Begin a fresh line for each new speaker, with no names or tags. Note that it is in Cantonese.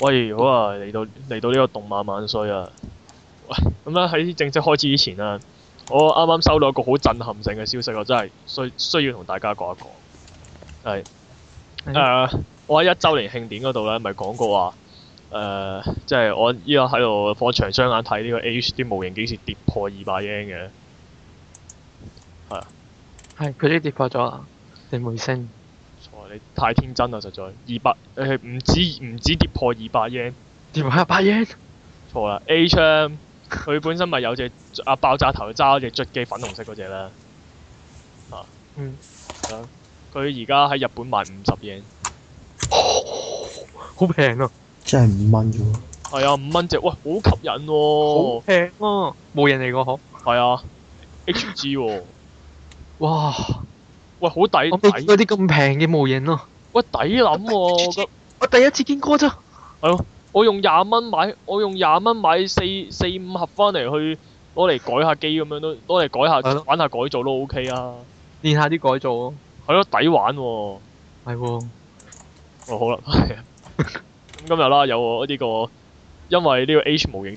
喂，好啊，嚟到嚟到呢個動漫萬歲啊！喂，咁咧喺正式開始之前啊，我啱啱收到一個好震撼性嘅消息，我真係需需要同大家講一講。係誒、我喺一週年慶典嗰度咧，咪講過話誒、即係我依家喺度放長雙眼睇呢個 H 啲模型幾時跌破二百 yen 嘅。
係佢啲跌破咗啊！你回升
錯，你太天真啦，實在二百誒唔止唔止跌破二百 yen。
跌破一百 yen，
錯啦，H M 佢本身咪有隻啊爆炸頭揸隻卒機粉紅色嗰只啦，啊，
嗯
係啦，佢而家喺日本賣五十 yen，
好平啊！
真係五蚊啫喎。
係啊，五蚊隻，喂，好吸引
好
喎，
平啊！冇人嚟過嗬，
係啊，H G 喎，
哇！
喂，好抵
我
抵
未見，過啲咁平嘅模型咯，
喂，抵諗喎， 我覺得
我第一次見過咋。
我用廿蚊買，我用廿蚊買四四五盒翻嚟去攞嚟改下機咁樣都，攞嚟改
係
下
咯
玩下改造都 OK 啊，
練下啲改造咯，
係咯，抵玩喎。哦
係喎，
哦，好啦，係啊。咁今日啦，有我呢、個，因為呢個 H 模型